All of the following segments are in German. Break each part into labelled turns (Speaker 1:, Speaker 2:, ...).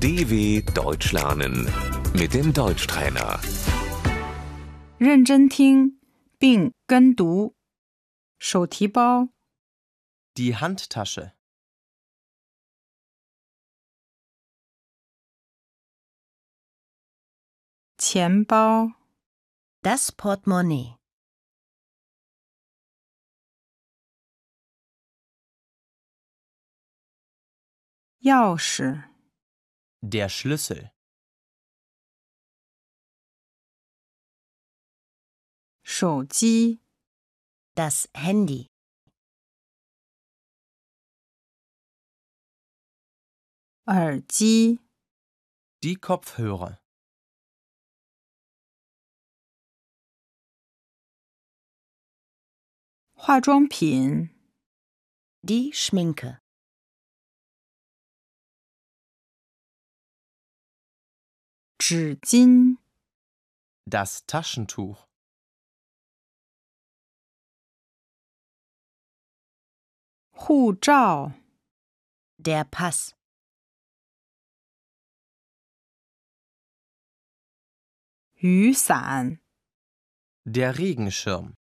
Speaker 1: DW Deutsch lernen mit dem Deutschtrainer.
Speaker 2: 认真听并跟读。手提包、
Speaker 3: Die Handtasche.
Speaker 2: 钱包、
Speaker 4: Das Portemonnaie.
Speaker 2: 钥匙、
Speaker 3: Der Schlüssel.
Speaker 2: 手机、
Speaker 4: Das Handy.
Speaker 2: 耳机、
Speaker 3: Die Kopfhörer.
Speaker 2: 化妆品、
Speaker 4: Die Schminke.
Speaker 2: 纸巾、
Speaker 3: Das Taschentuch.
Speaker 2: 护照、
Speaker 4: Der Pass.
Speaker 2: 雨伞、
Speaker 3: Der Regenschirm.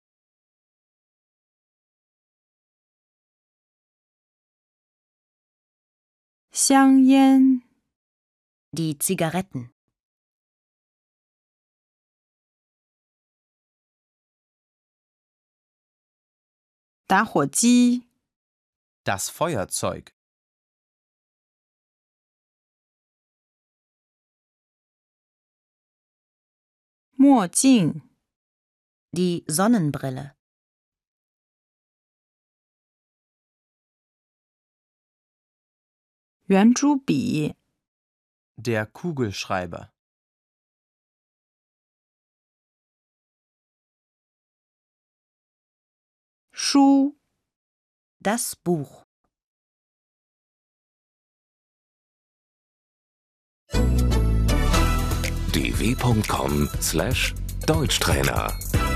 Speaker 2: 香烟、
Speaker 4: Die Zigaretten.
Speaker 2: 打火机、
Speaker 3: Das Feuerzeug.
Speaker 2: 墨镜、
Speaker 4: Die Sonnenbrille.
Speaker 2: 圆珠笔、
Speaker 3: Der Kugelschreiber.
Speaker 2: 书、
Speaker 4: Das Buch.
Speaker 1: dw.com/deutschtrainer